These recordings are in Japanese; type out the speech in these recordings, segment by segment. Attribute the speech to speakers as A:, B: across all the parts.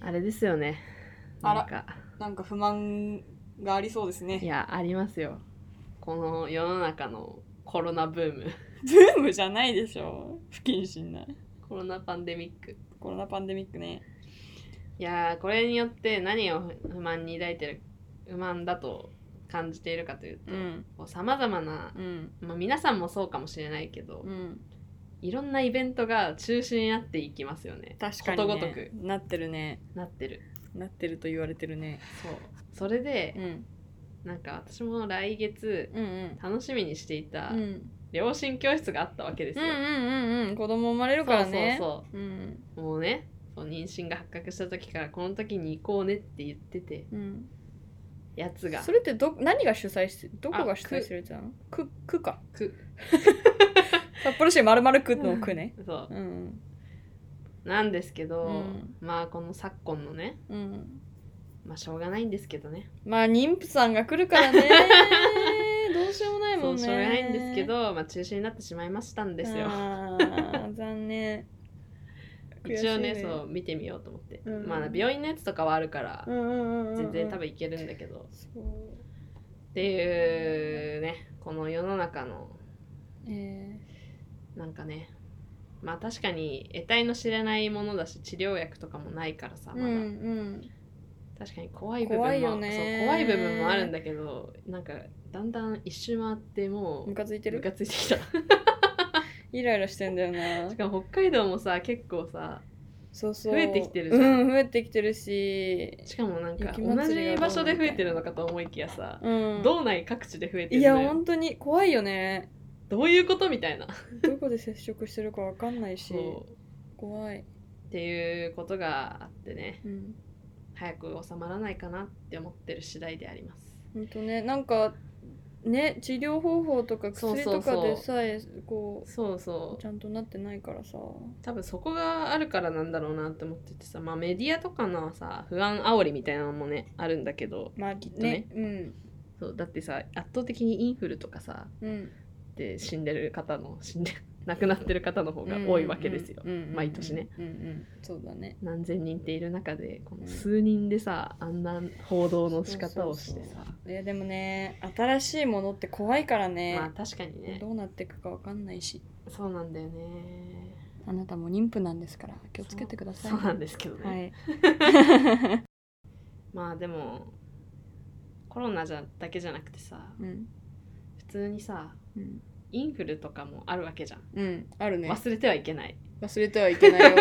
A: あれですよね
B: あ
A: な
B: ら
A: んか
B: なんか不満がありそうです
A: い
B: ね。
A: やありますよこの世の中のコロナブーム
B: ブームじゃないでしょ。不謹慎な。
A: コロナパンデミック
B: コロナパンデミックね。
A: いやーこれによって何を不満に抱いてる不満だと感じているかという
B: うん。
A: とさまざまな、
B: うん。
A: まあ、皆さんもそうかもしれないけど、
B: うん。
A: いろんなイベントが中止になっていきますよね
B: 確かに、ね。
A: ことごとく
B: なってるね。
A: なってる
B: なってると言われてるね。
A: そうそれで
B: う、ん。
A: なんか私も来月
B: うんうん。
A: 楽しみにしていた
B: うん。うん
A: 両親教室があったわけです
B: う
A: よ、
B: んうんうん。子供生まれるからね。
A: そうそうそう
B: うそう。うん。
A: もうねそう妊娠が発覚した時からこの時に行こうねって言ってて
B: うん。
A: やつが
B: それってど何が主催してどこが主催してるやつなの区区か
A: 区
B: 札幌市まるまる区の区ね
A: そう
B: うん
A: なんですけど、
B: うん
A: まあこの昨今のね
B: うん
A: まあしょうがないんですけどね
B: まあ妊婦さんが来るからねどうしようもない
A: そ
B: もん
A: う
B: ね
A: しょうがないんですけど、まあ、中止になってしまいましたんですよ
B: あー残念悔しい
A: 一応ねそう見てみようと思って、
B: うん
A: まあ病院のやつとかはあるから、
B: うんうんうんうん
A: 全然多分いけるんだけど、
B: そう
A: っていうねこの世の中の
B: え
A: なんかねまあ確かに得体の知れないものだし治療薬とかもないからさ
B: ー
A: まだ、
B: うんうん
A: 確かに怖い部分も
B: 怖いよね
A: そう怖い部分もあるんだけどなんかだんだん一周回ってもう
B: ムカついて
A: ムカ
B: る
A: ついてきた
B: イライラしてんだよな
A: しかも北海道もさ結構さ
B: そうそう
A: 増えてきてるじゃん
B: うん増えてきてるし
A: しかもなんか
B: 雪
A: 同じ
B: 祭りがどう
A: 場所で増えてるのかと思いきやさ
B: うん
A: 道内各地で増えて
B: い
A: る
B: や
A: のよ
B: 本当に怖いよね
A: どういうことみたいな
B: どこで接触してるかわかんないし
A: そう
B: 怖い、
A: っていうことがあってね
B: うん、
A: 早く収まらないかなって思ってる次第であります
B: 本当ねなんかね治療方法とか
A: そう
B: 薬
A: そ
B: と
A: うそう
B: かでさえこ
A: そうそう
B: うちゃんとなってないからさ
A: 多分そこがあるからなんだろうなって思っててさまあメディアとかのさ不安煽りみたいなのもねあるんだけど
B: まあき
A: っとね
B: うん
A: そうだってさ圧倒的にインフルとかさ
B: うん
A: で死んでる方の死んで 亡くなってる方の方が多いわけですよ、
B: うんうんうんうん
A: 毎年ね
B: うんうんそうだね
A: 何千人っている中でこ
B: う
A: の
B: ん
A: 数人でさあんな報道の仕方をしてさ
B: そうそういやでもね新しいものって怖いからね、
A: まあ確かにね
B: どうなっていくかわかんないし
A: そうなんだよね
B: あなたも妊婦なんですから気をつけてください
A: そうなんですけどね、
B: はい
A: まあでもコロナじゃだけじゃなくてさ
B: うん
A: 普通にさ
B: うん、
A: インフルとかもあるわけじゃん
B: うん、あるね
A: 忘れてはいけ ない、
B: 忘れてはいけないよ、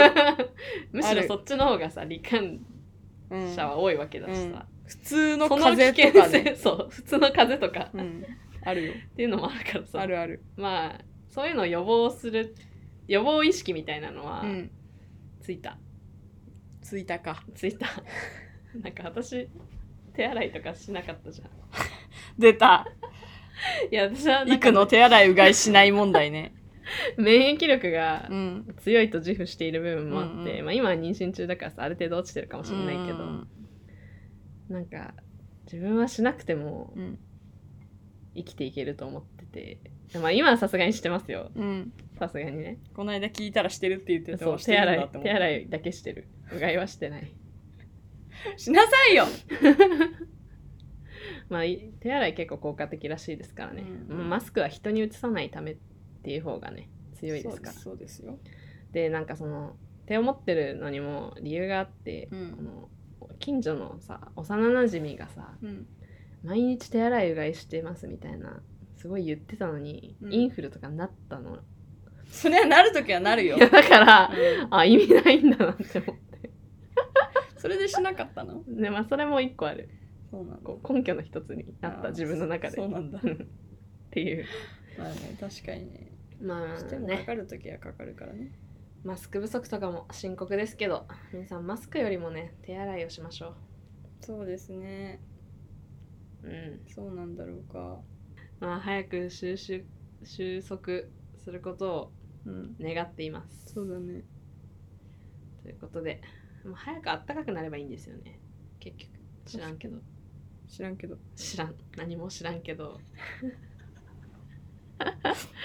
A: むし
B: あ
A: ろ
B: る
A: そっちの方がさ罹患
B: うん、
A: 者は多いわけだし
B: うん
A: さ、
B: 普通の
A: その危
B: 風
A: 険
B: 邪とか
A: 性、
B: ね、
A: そう普通の風邪とか、
B: う
A: っ
B: ん、あるよ
A: ていうのもあるからさ
B: あるある、
A: まあそういうのを予防する予防意識みたいなのは
B: うん、
A: ついた、
B: ついたか
A: ついた なんか私手洗いとかしなかったじゃん
B: 出た
A: いや私はなんか
B: 育の手洗いうがいしない問題ね
A: 免疫力が
B: うん
A: 強いと自負している部分もあって、
B: うんうん
A: まあ、今は妊娠中だからさある程度落ちてるかもしれないけど、
B: うん
A: なんか自分はしなくても
B: うん
A: 生きていけると思ってて、まあ今はさすがにしてますよ
B: うん
A: さすがにね
B: この間聞いたらしてるって言ってた
A: そう
B: して
A: 手
B: るん
A: 洗
B: だ
A: い
B: って思
A: 手
B: った
A: 洗いだけしてるうがいはしてない
B: しなさいよ
A: まあい手洗い結構効果的らしいですからね、
B: うん
A: まあマスクは人にうつさないためっていう方がね強いですから
B: そうですそうですよ
A: でなんかその手を持ってるのにも理由があって、
B: う
A: こ
B: ん
A: の近所のさ幼なじみがさ、
B: うん
A: 毎日手洗いうがいしてますみたいなすごい言ってたのに、
B: うん
A: インフルとかになったの
B: それはなるときはなるよ
A: いやだから
B: うん
A: あ意味ないんだなって思って
B: それでしなかったの
A: でまあそれも一個ある
B: そうなんだ
A: こう根拠の一つになった
B: あー
A: 自分の中で
B: そうなんだ
A: っていう
B: まあね確かにね
A: ま
B: し
A: あ
B: てもか
A: ね
B: かるときはかかるからね
A: マスク不足とかも深刻ですけど皆さんマスクよりもね手洗いをしましょ
B: そうですね
A: ううん
B: そうなんだろうか
A: まあ早く収集収束することを
B: うん
A: 願っています
B: そうだね
A: ということでもう早くあったかくなればいいんですよね結局知らんけど
B: 知らんけど
A: 知らん何も知らんけど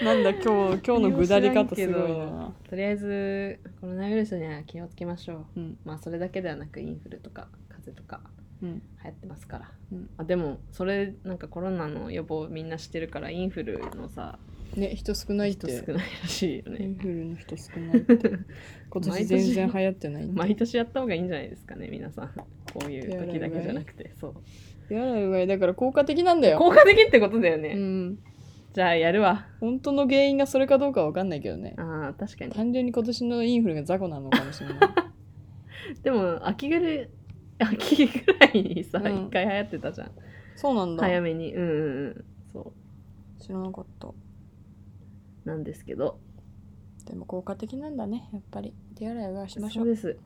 B: なんだ 今日今日のぐだり方す
A: いや知
B: ごい
A: らん
B: な。
A: とりあえずコロナウイルスには気をつけましょう
B: うん
A: まあそれだけではなくインフルとか風邪とか
B: うん
A: 流行ってますから、
B: うん
A: あでもそれなんかコロナの予防みんな知ってるからインフルのさ
B: ね人少ないっ
A: 人
B: て。
A: 少ないらしいよ
B: イ
A: ね
B: ンフルの人少ないって。今年全然流行ってないって。
A: 毎年やった方がいいんじゃないですかね皆さんこういう時だけじゃなくてそう
B: 手洗いうがいだから効果的なんだよ。
A: 効果的ってことだよね、
B: うん。
A: じゃあやるわ
B: 本当の原因がそれかどうかはわかんないけどね。
A: あー確かに
B: 単純に今年のインフルが雑魚なのか もしれない。
A: でも秋ぐらい秋ぐらいにさ
B: う
A: 一、
B: ん
A: 回流行ってたじゃん
B: そうなんだ。
A: 早めにうんうんうんそ
B: 知らなかった。
A: うなんですけど
B: でも効果的なんだね、やっぱり。手洗いうがいしましょ
A: そう
B: う。
A: です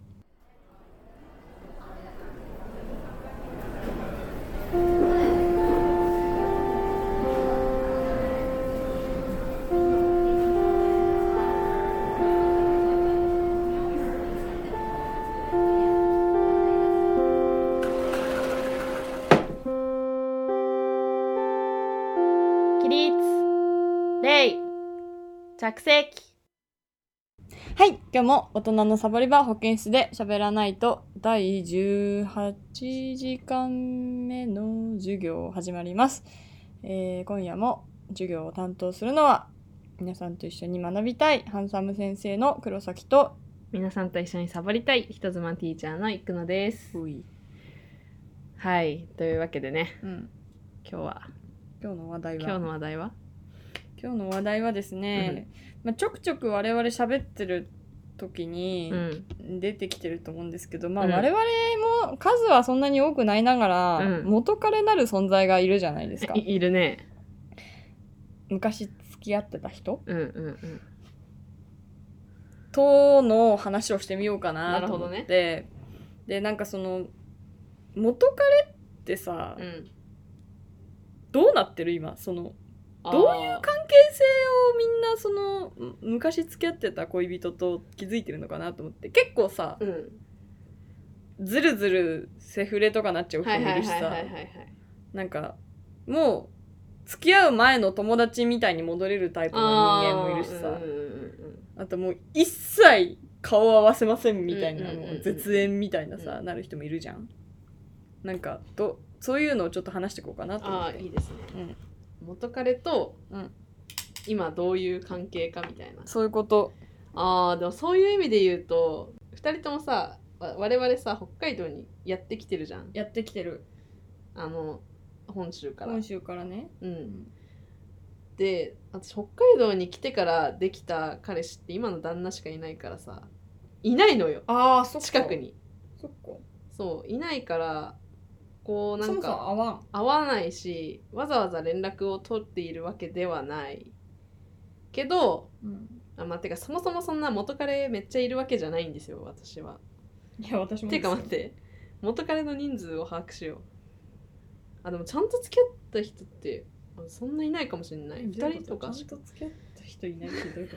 C: 起立礼着席
B: はい、今日も大人のサボり場保健室で喋らないと第18時間目の授業始まります。えー今夜も授業を担当するのは皆さんと一緒に学びたいハンサム先生の黒崎と
A: 皆さんと一緒にサボりたい人妻ティーチャーのいくのです
B: うい、
A: はいというわけでね
B: うん、
A: 今日は
B: 今日の話題は
A: 今日の話題は
B: 今日の話題はですね、まあ、ちょくちょく我々喋ってる時に
A: うん
B: 出てきてると思うんですけど、まあ
A: うん
B: 我々も数はそんなに多くないながら、
A: うん
B: 元彼なる存在がいるじゃない ですか
A: いいるね
B: 昔付き合ってた人
A: うんうんうん
B: との話をしてみようかなと思っ
A: なるほ
B: て、でなんかその元彼ってさ、
A: うん
B: どうなってる今そのどういう関係性をみんなそのむ昔付き合ってた恋人と気づいてるのかなと思って結構さ
A: うん
B: ずるずるセフレとかなっちゃう人
A: はい
B: も
A: はいい
B: るし
A: はいはいは
B: さ
A: いはい
B: なんかもう付き合う前の友達みたいに戻れるタイプの人間もいるしさ
A: あーうんうんうん
B: あともう一切顔合わせませんみたいな、
A: うんうんうんうん
B: もう絶縁みたいなさ、
A: う
B: なる人もいるじゃんなんかどそういうのをちょっと話していこうかなと思っ
A: あ
B: て
A: ーいいですね、元彼と、
B: うん
A: 今どういう関係かみたいな
B: そういうこと
A: あーでもそういう意味で言うと2人ともさわ我々さ北海道にやってきてるじゃん
B: やってきてる
A: あの本州から
B: 本州からね
A: うん、で私北海道に来てからできた彼氏って今の旦那しかいないからさいないのよ
B: ああそ
A: 近くに
B: そっか
A: そういないからこうな
B: そ
A: ん
B: もそも
A: か
B: 合わん
A: 会わないしわざわざ連絡を取っているわけではないけど
B: うん
A: あまあてかそもそもそんな元彼めっちゃいるわけじゃないんですよ私は。
B: いや私も
A: ていうか待って元彼の人数を把握しようあでもちゃんと付き合った人ってあそんないないかもしれない2人とか
B: ち
A: し
B: ゃん
A: か
B: と付き合った人いないってどういうこ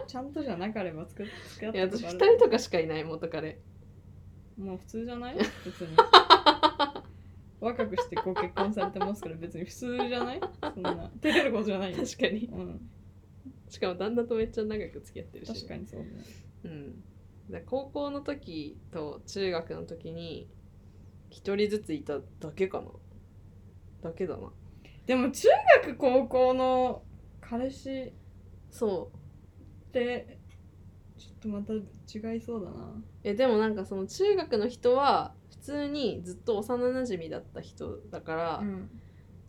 B: と ちゃんとじゃなければ付き合っ
A: い
B: た
A: や
B: こ
A: 私
B: とあ
A: 2
B: る
A: 人とかしかいない元彼
B: もう普通じゃない別に若くしてご結婚されてますから別に普通じゃないそんな照れることじゃないよ、
A: 確かに
B: うん、
A: しかも旦那とめっちゃ長く付き合ってるし
B: 確かにそうね
A: うん、だから高校の時と中学の時に1人ずついただけかなだけだな
B: でも中学高校の彼氏
A: そう
B: ってちょっとまた違いそうだな
A: えでもなんかその中学の人は普通にずっと幼なじみだった人だから、
B: ん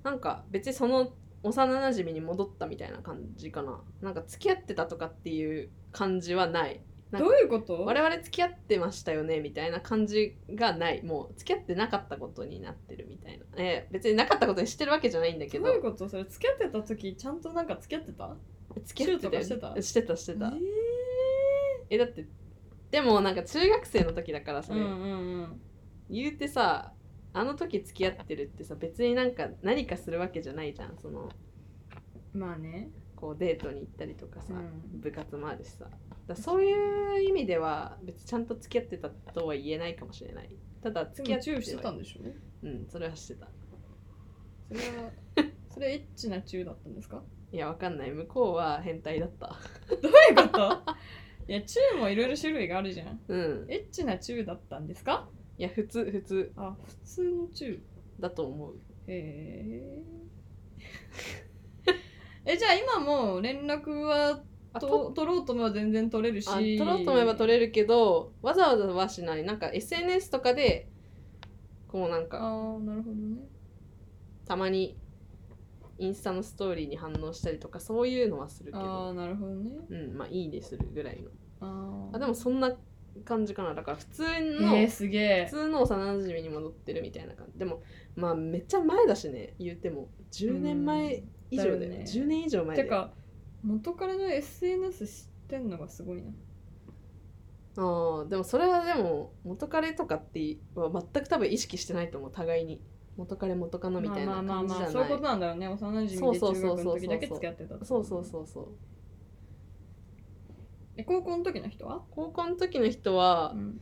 A: なんか別にその幼なじみに戻ったみたいな感じかななんか付き合ってたとかっていう感じはないなん
B: ど
A: か
B: ういうこと
A: 我々付き合ってましたよねみたいな感じがないもう付き合ってなかったことになってるみたいな、えー別になかったことにしてるわけじゃないんだけ
B: ど
A: ど
B: ういうことそれ付き合ってた時ちゃんとなんか付き合ってた
A: 付き合ってたよ
B: シュートとか
A: してたして
B: え
A: たえだってでもなんか中学生の時だから
B: ー
A: そ
B: うん
A: れ、
B: うんうん
A: 言うてさあの時付き合ってるってさ別になんか何かするわけじゃないじゃんその
B: まあね、
A: こうデートに行ったりとかさ、
B: うん
A: 部活もあるしさだそういう意味では別にちゃんと付き合ってたとは言えないかもしれないただ付き
B: で
A: 合っ
B: も
A: て
B: チューしてた
A: は
B: んでしょ
A: うんそれはしてた
B: それはそれエッチなチューだったんですか
A: いやわかんない向こうは変態だった
B: どういうこといや、チューもいろいろ種類があるじゃん。
A: うん
B: エッチなチューだったんですか
A: いや普通普通
B: あ、普通のチュー。
A: だと思う
B: へ え。え、じゃあ今もう連絡は
A: あ
B: と
A: と
B: 取ろうと思えば全然取れるし。
A: あ取ろうと思えば取
B: れ
A: れるけどわざわざはしないなんか SNS とかでこうなん
B: あ
A: か
B: あ、なるほどね。
A: たまにインスタのストーリーに反応したりとかそういうのはするけ
B: あ
A: ど
B: あ、なるほどね。
A: うんまあいいでするぐらいの
B: あー
A: あでもそんな感じかなだから普通の、
B: えー、すげえ
A: 普。通の幼馴染に戻ってるみたいな感じでもまあめっちゃ前だしね言うても10年前以上だよ
B: だ
A: ね
B: よね
A: 10年以上前だ
B: て
A: よ
B: か、元からの SNS 知ってんのがすごいな。
A: あーでもそれはでも元彼とかっては全く多分意識してないと思う互いに元彼元カノみたいな
B: まあまあ
A: 感じ
B: ま
A: じゃな
B: あまあ、
A: い
B: そういうことなんだろうね。幼馴染で
A: そう
B: 中
A: そうそう
B: 学
A: そ
B: の
A: う
B: 時だけ付き合ってたってこと
A: そうそうそうそう
B: え、高校の時の人は
A: 高校の時の人は、
B: うん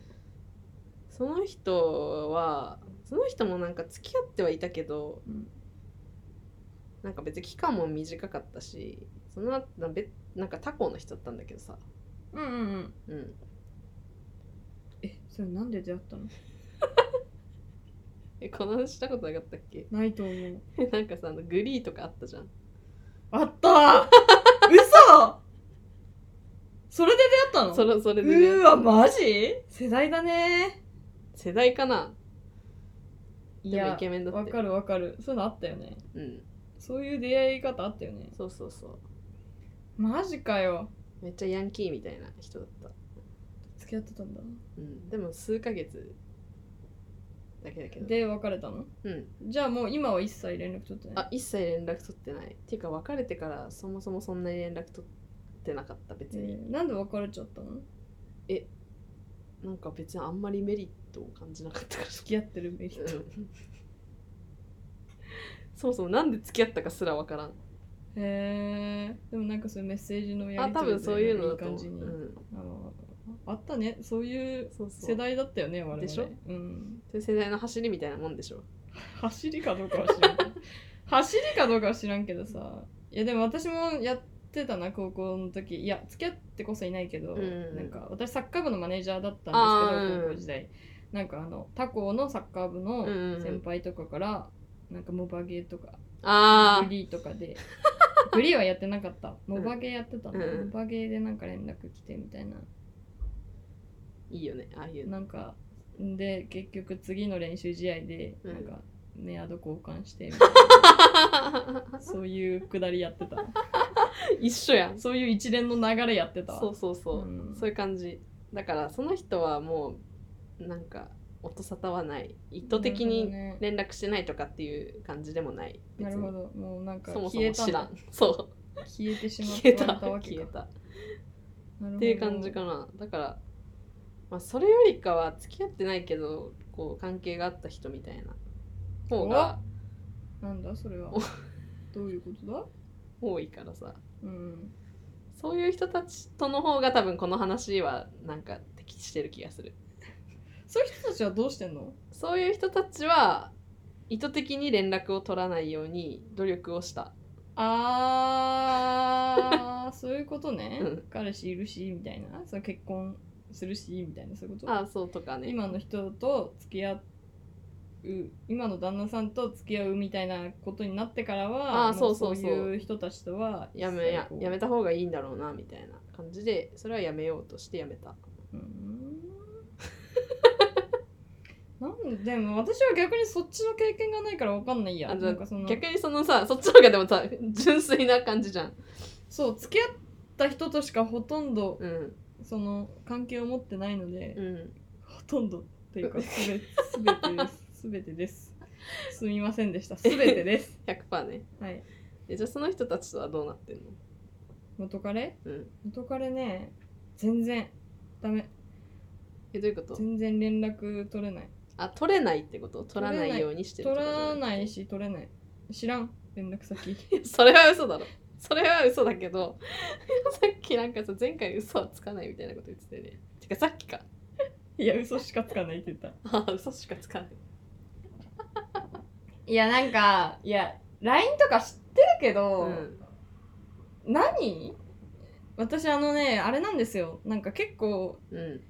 A: その人はその人もなんか付き合ってはいたけど、
B: うん
A: なんか別に期間も短かったしその後なべなんか他校の人だったんだけどさ
B: うんうんうん。
A: うん
B: え、それなんで出会ったの
A: えこの話したことなかったっけ
B: ないと思う。
A: なんかさあのグリーとかあったじゃん
B: あった 嘘それで出会ったの
A: それそれで、
B: うーわ、マジ世代だね
A: 世代かないでもイ
B: や
A: ケ、メンだって
B: わかるわかる。そういうのあったよね。
A: うん
B: そういう出会い方あったよね。
A: そうそうそう
B: マジかよ。
A: めっちゃヤンキーみたいな人だった、
B: 付き合ってたんだ。
A: うん、でも数ヶ月だけだけど
B: で、別れたの
A: うん、
B: じゃあもう今は一切連絡取ってない。
A: あ一切連絡取ってないっていうか別れてからそもそもそんなに連絡取ってなかった別に、
B: えーなんで別れちゃったの
A: なんか別にあんまりメリットを感じなかったから
B: 付き合ってるメリット。
A: うんそもそもなんで付き合ったかすらわからん
B: へえ。でもなんかそういうメッセージのや
A: あ
B: り
A: 多
B: 取り
A: 分そういうの
B: い
A: だ
B: い
A: と思
B: 感
A: う
B: じに。
A: うん、
B: ああったね。そういう
A: そうそう
B: 世代だったよね、我々。
A: でしょ
B: うん。
A: そういう世代の走りみたいなもんでしょ
B: 走りかどうかは知ら んけど走りかどうかは知らんけどさいやでも私もやってたな高校の時いや付き合ってこそいないけど、
A: うん
B: なんか私サッカー部のマネージャーだったんですけ
A: あーうん
B: ど高校時代なんかあの他校のサッカー部の
A: うんうん
B: 先輩とかから、なんかモバゲーとか
A: あ
B: グリーとかでグリーはやってなかったモバゲーやってたの、
A: うん
B: モバゲーでなんか連絡来てみたいな
A: いいよねああいうの
B: なんかで結局次の練習試合で
A: う
B: なんんかメアド交換してみたいな そういうくだりやってた。
A: 一緒やん
B: そういう一連の流れやってたわ。
A: そうそうそう、
B: うん
A: そういう感じだからその人はもうなんか音沙汰はない意図的に
B: なるほどね
A: 連絡してないとかっていう感じでもない
B: なるほ
A: に
B: ど。もうなんか
A: そもそ
B: 消え
A: も
B: た
A: 知ら
B: 消
A: んそ
B: えてし
A: う
B: ま
A: 消えた
B: ったわけ
A: 消え
B: か。
A: たっ
B: なるほど
A: ていう感じかなだから、まあ、それよりかは付き合ってないけどこう関係があった人みたいな方が
B: なんだそ れは
A: お。
B: どういうことだ
A: 多いからさ
B: うん。
A: そういう人たちとの方が多分この話はなんか適してる気がする
B: そういう人たちはどうしてんの
A: そういう人たちは意図的に連絡を取らないように努力をした。
B: あー、そういうことね
A: うん。
B: 彼氏いるし、みたいな。その結婚するし、みたいな、そういうこと
A: あそうとかね。
B: 今の人と付き合う今の旦那さんと付き合うみたいなことになってからは
A: あー
B: も
A: そうそうそう
B: いう人たちとは
A: やめや
B: 一切こう
A: やめた方がいいんだろうなみたいな感じでそれはやめようとしてやめた。
B: うーんなんでも私は逆にそっちの経験がないからわかんないや
A: あじゃあ
B: なんかその
A: 逆にそのさそっちの方がでもさ純粋な感じじゃん。
B: そう付き合った人としかほとんど
A: うん
B: その関係を持ってないので、
A: うん。
B: ほとんどって いうかすべすべてですすべてですすみませんでしたすべてです
A: 100%ね。
B: はい
A: えじゃあその人たちとはどうなってんの？
B: 元カレ
A: うん。
B: 元カレね全然ダメ
A: えどういうこと？
B: 全然連絡取れない
A: あ取れないってこと？取らな
B: 取れない
A: いようにしてる
B: 取
A: とかじゃ
B: ら
A: い。
B: ないし取れない知らん連絡先
A: それは嘘だろ。それは嘘だけどさっきなんかさ前回嘘はつかないみたいなこと言ってたよね。てかさっきか。
B: いや嘘しかつかないって言った
A: ああ嘘しかつかない。
B: いやなんかいや LINE とか知ってるけど、
A: うん
B: 何私あのねあれなんですよなんか結構
A: うん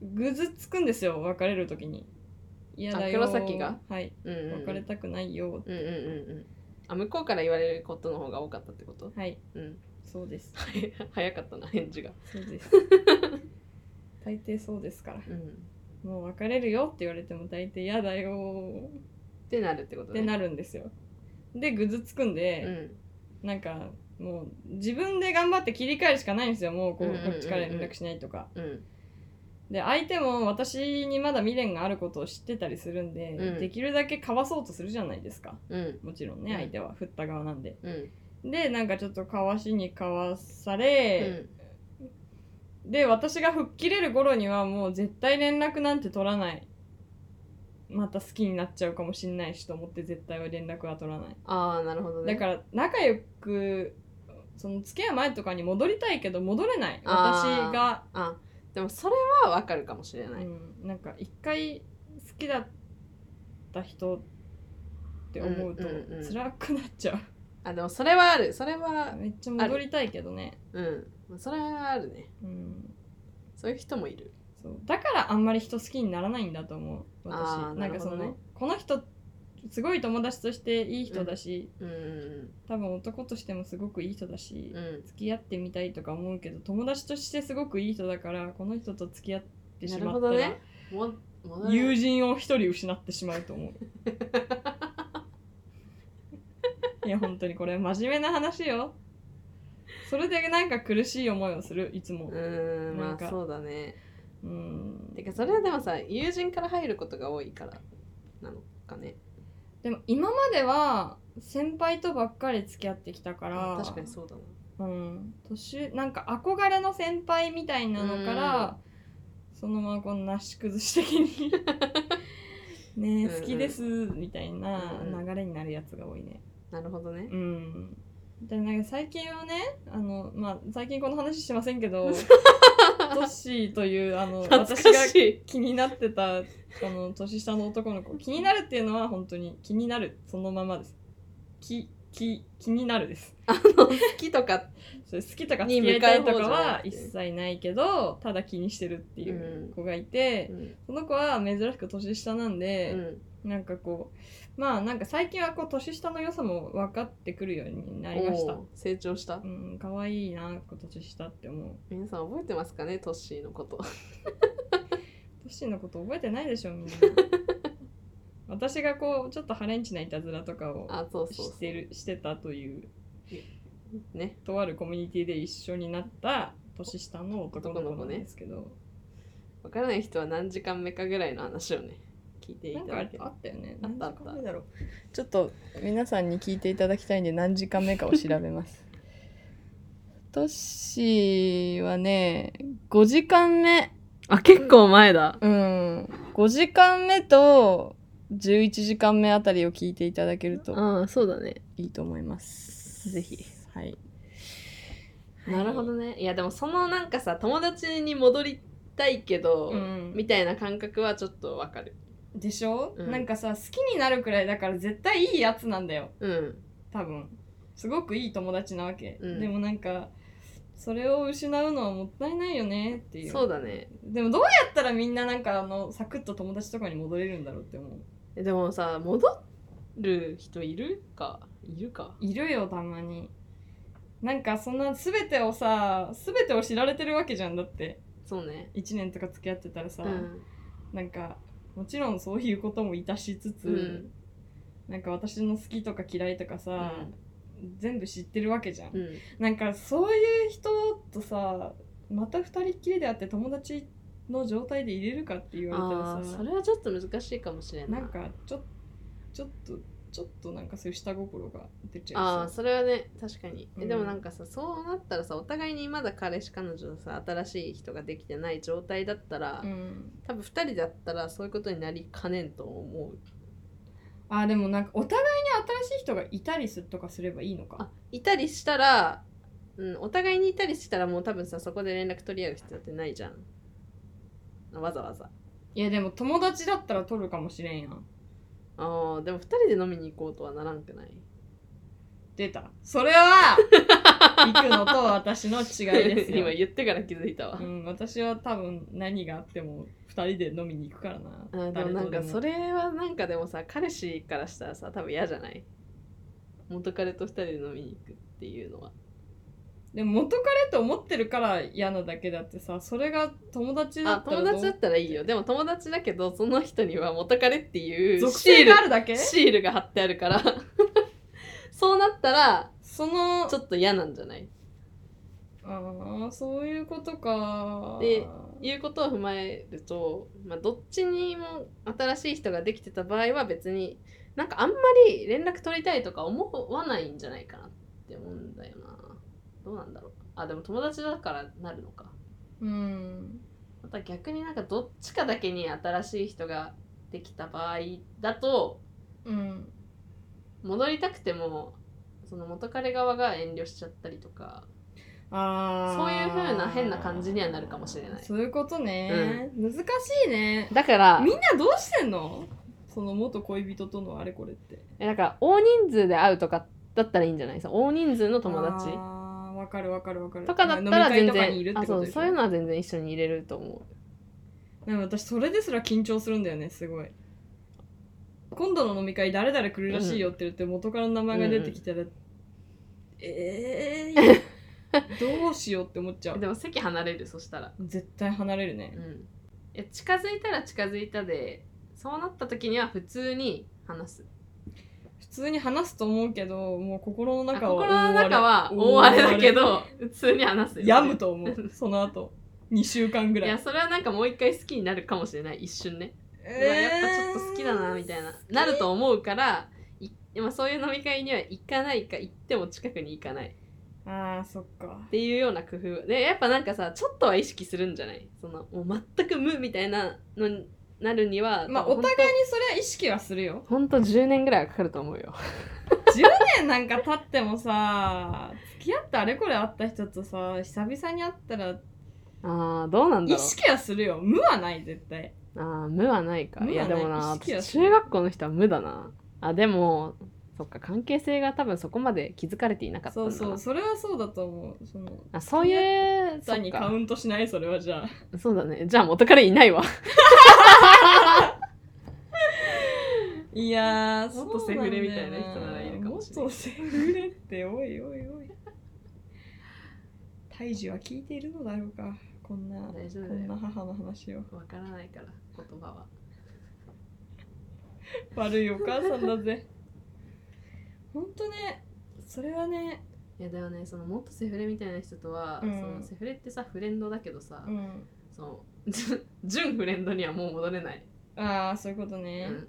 B: ぐずつくんですよ別れる時に嫌だよ
A: あ黒崎が
B: はい
A: うんうんうん
B: 別れたくないよ、
A: うんうんうんうんあ向こうから言われることの方が多かったってこと
B: はい
A: うん
B: そうです
A: はい早かったな返事が
B: そうです 大抵そうですから
A: うん
B: もう別れるよって言われても大抵嫌だよ
A: ってなるってこと
B: ってなるんですよでぐずつくんで、
A: うん
B: なんかもう自分で頑張って切り替えるしかないんですよもうこう
A: うんうんうんうん
B: こっちから連絡しないとか、
A: うん
B: で相手も私にまだ未練があることを知ってたりするんで、
A: うん
B: できるだけかわそうとするじゃないですか
A: うん
B: もちろん
A: う
B: ね
A: ん
B: 相手は振った側なんで
A: うん
B: でなんかちょっとかわしにかわされ、で私が吹っ切れる頃にはもう絶対連絡なんて取らないまた好きになっちゃうかもしんないしと思って絶対は連絡は取らない
A: ああなるほどね
B: だから仲良くその付き合う前とかに戻りたいけど戻れない私
A: あー
B: が、
A: あでもそれはわかるかもしれない、
B: うんなんか一回好きだった人って思うと
A: うんうんうん
B: 辛くなっちゃう、
A: あでもそれはあるそれは
B: めっちゃ戻りたいけどね、
A: うんまあそれはあるね
B: うん、
A: そういう人もいる
B: そうだからあんまり人好きにならないんだと思う私
A: あー
B: なんかそ
A: なるほど
B: の
A: ね
B: この人すごい友達としていい人だし、
A: うんうん
B: 多分男としてもすごくいい人だし、
A: うんうん
B: 付き合ってみたいとか思うけど友達としてすごくいい人だからこの人と付き合ってしまった
A: なるほど
B: ら、
A: ねも戻れな
B: 友
A: い
B: 人を一人失ってしまうと 思ういや本当にこれ真面目な話よそれでなんか苦しい思いをするいつも
A: うーん
B: な
A: ま
B: んか
A: あそうだね
B: うん
A: てかそれはでもさ友人から入ることが多いからなのかね
B: でも今までは先輩とばっかり付き合ってきたから
A: 確かにそうだな
B: うん、年なんか憧れの先輩みたいなのから、そのままこのなし崩し 的にね
A: うんう
B: え
A: ん
B: 好きですみたいな
A: うんうん
B: 流れになるやつが多いね。
A: なるほどね
B: うんでなんか最近はねあの、まあ、最近この話してませんけ どトッシーというあの
A: 懐
B: 私
A: か
B: が
A: しい
B: 気になってたあの年下の男の子気になるっていうのは本当に気になるそのままです。きき気になるです。
A: 好きとか
B: それ好きとか
A: に
B: 付き合い
A: 向
B: た
A: か方
B: いうとか
A: じゃな
B: は
A: くて
B: 一切ないけどただ気にしてるっていう子がいて
A: う、ん
B: その子は珍しく年下なん
A: う
B: で、
A: ん
B: なんかこうまあなんか最近はこう年下の良さも分かってくるようになりました
A: おー成長した
B: うん可愛いなこう年下って思う
A: 皆さん覚えてますかねトッシーのこと
B: 年のこと覚えてないでしょ みんな私がこうちょっとハレンチないたずらとかを
A: あそうそう
B: してるしてたという
A: ね
B: とあるコミュニティで一緒になった年下の男の子なんですけど、
A: わからない人は何時間目かぐらいの話をね聞いてい
B: なん
A: た
B: かあ
A: だ
B: れ
A: け
B: あったよね。
A: あったあった
B: 何時間目だろうちょっと皆さんに聞いていただきたいんで何時間目かを調べ ます。トッシーはね、5時間目、
A: あ結構前だ
B: うん、5時間目と11時間目あたりを聞いていただけると
A: ああそうだね
B: いいと思います。
A: ぜひ。
B: はい。
A: なるほどねいやでもそのなんかさ友達に戻りたいけど、
B: うん、
A: みたいな感覚はちょっとわかる
B: でしょ、
A: うん
B: なんかさ好きになるくらいだから絶対いいやつなんだよ。
A: うん
B: 多分すごくいい友達なわけ、
A: うん
B: でもなんかそれを失うのはもったいないよねっていう
A: そうだね
B: でもどうやったらみんななんかあのサクッと友達とかに戻れるんだろうって思う
A: えでもさ戻る人いるかいるか
B: いるよたまになんかそんな全てをさ全てを知られてるわけじゃんだって
A: そうね
B: 1年とか付き合ってたらさ、
A: うん
B: なんかもちろんそういうこともいたしつつ、
A: うん
B: なんか私の好きとか嫌いとかさ、全部知ってるわけじゃん
A: うん
B: なんかそういう人とさまた二人っきりであって友達の状態で入れるかって言われた
A: あー
B: らさ
A: それはちょっと難しいかもしれな
B: ないんかちょちょっとちょっとなんかそういう下心が出ち
A: あ
B: ゃ
A: あ
B: う
A: それはね確かに、え
B: うん
A: でもなんかさそうなったらさお互いにまだ彼氏彼女のさ新しい人ができてない状態だったら、
B: うん、
A: 多分2人だったらそういうことになりかねんと思う
B: あーでもなんかお互いに新しい人がいたりするとかすればいいのか
A: あいたりしたら、うん、お互いにいたりしたらもう多分さそこで連絡取り合う必要ってないじゃんわざわざ
B: いやでも友達だったら取るかもしれんやん
A: あーでも2人で飲みに行こうとはならんくない
B: 出た。そ れは、行くのと私の違いですよ
A: 今。言ってから気づいたわ
B: う。ん、私は多分何があっても2人で飲みに行くからな。
A: あでもなんかそ
B: れ。
A: れはなんかでもさ彼氏からしたらさ多分嫌じゃない元彼と二人で飲みに行くっていうのは
B: でも元彼と思ってるから嫌なだけだってさ、それが友達だ
A: あ
B: ったら
A: 友
B: どう
A: 達だったらいいよでも友達だけどその人には元彼っていう
B: 属
A: シー
B: 性
A: ル
B: があるだけ
A: シールが貼ってあるから そうなったら
B: その
A: ちょっと嫌なんじゃない
B: ああそういうことか
A: でいうことを踏まえると、まあ、どっちにも新しい人ができてた場合は別になんかあんまり連絡取りたいとか思わないんじゃないかなって思うんだよなどうなんだろうあでも友達だからなるのか
B: うん
A: また逆になんかどっちかだけに新しい人ができた場合だと
B: うん
A: 戻りたくてもその元彼側が遠慮しちゃったりとか
B: ああ
A: そういう風な変な感じにはなるかもしれない
B: そういうことね、難しいね
A: だから
B: みんなどうしてんのその元恋人とのあれこれって
A: えだから大人数で会うとかだったらいいんじゃないその大人数の友達
B: あーわかるわかるわかる
A: とかだったら
B: 飲み会
A: 全
B: とかにいるっ
A: 然
B: てこ
A: あそ
B: と
A: う
B: でしょ
A: そういうのは全然一緒に入れると思
B: でも私それですら緊張するんだよねすごい今度の飲み会誰々来るらしいよって言って元からの名前が出てきたら、ええー、どうしようって思っちゃ
A: う
B: う
A: でも席離れるそしたら
B: 絶対離れる
A: う
B: ね
A: んいや近づいたら近づいたでそうなった時には普通に話す
B: 普通に話すと思うけどもう心の
A: あ
B: 中は
A: 心の中は大荒れだけど普通に話すよ
B: 病むと思うその後2週間ぐ
A: い
B: らい
A: やそれはなんかもう一回好きになるかもしれない一瞬ね、うわやっぱちょっと好きだなみたいななると思うからいまあそういう飲み会には行かないか行っても近くに行かない
B: あーそっか
A: っていうような工夫でやっぱなんかさちょっとは意識するんじゃないそのもう全く無みたいなのになるには
B: まあお互いにそれは意識はするよ
A: ほんとほんと10年ぐらいはかかると思うよ
B: 10年なんか経ってもさ付き合ってあれこれ会った人とさ久々に会ったら
A: あーどうなんだ
B: 意
A: ろう
B: 識はするよ無はない絶対
A: あー無はないか
B: 無
A: い
B: は
A: や
B: ない
A: でもな
B: 意識は
A: 私
B: する
A: 中学校の人は無だなあでもそっか関係性が多分そこまで気づかれていなかったん
B: そ
A: だ
B: う
A: な
B: そうそれはそうだと思うその
A: あそういうそ
B: 他
A: っ
B: にカ
A: か
B: ウントしないそれはじゃあ
A: そうだねじゃあ元彼いないわ
B: いやー
A: もっとセフレみたいな人ならいるかもしれない
B: もっとセフレっておいおいおい胎児は聞いているのだろうかこんな
A: 大丈夫
B: こ
A: だよ
B: んな母の話を
A: わからないから言葉は
B: 悪いお母さんだぜほんとねそれはね
A: いやだよねそのもっとセフレみたいな人とは、
B: うん
A: そのセフレってさフレンドだけどさ、
B: うん
A: そのじゅ 純フレンドにはもう戻れない、
B: ああそういうこと
A: う
B: ね、
A: ん、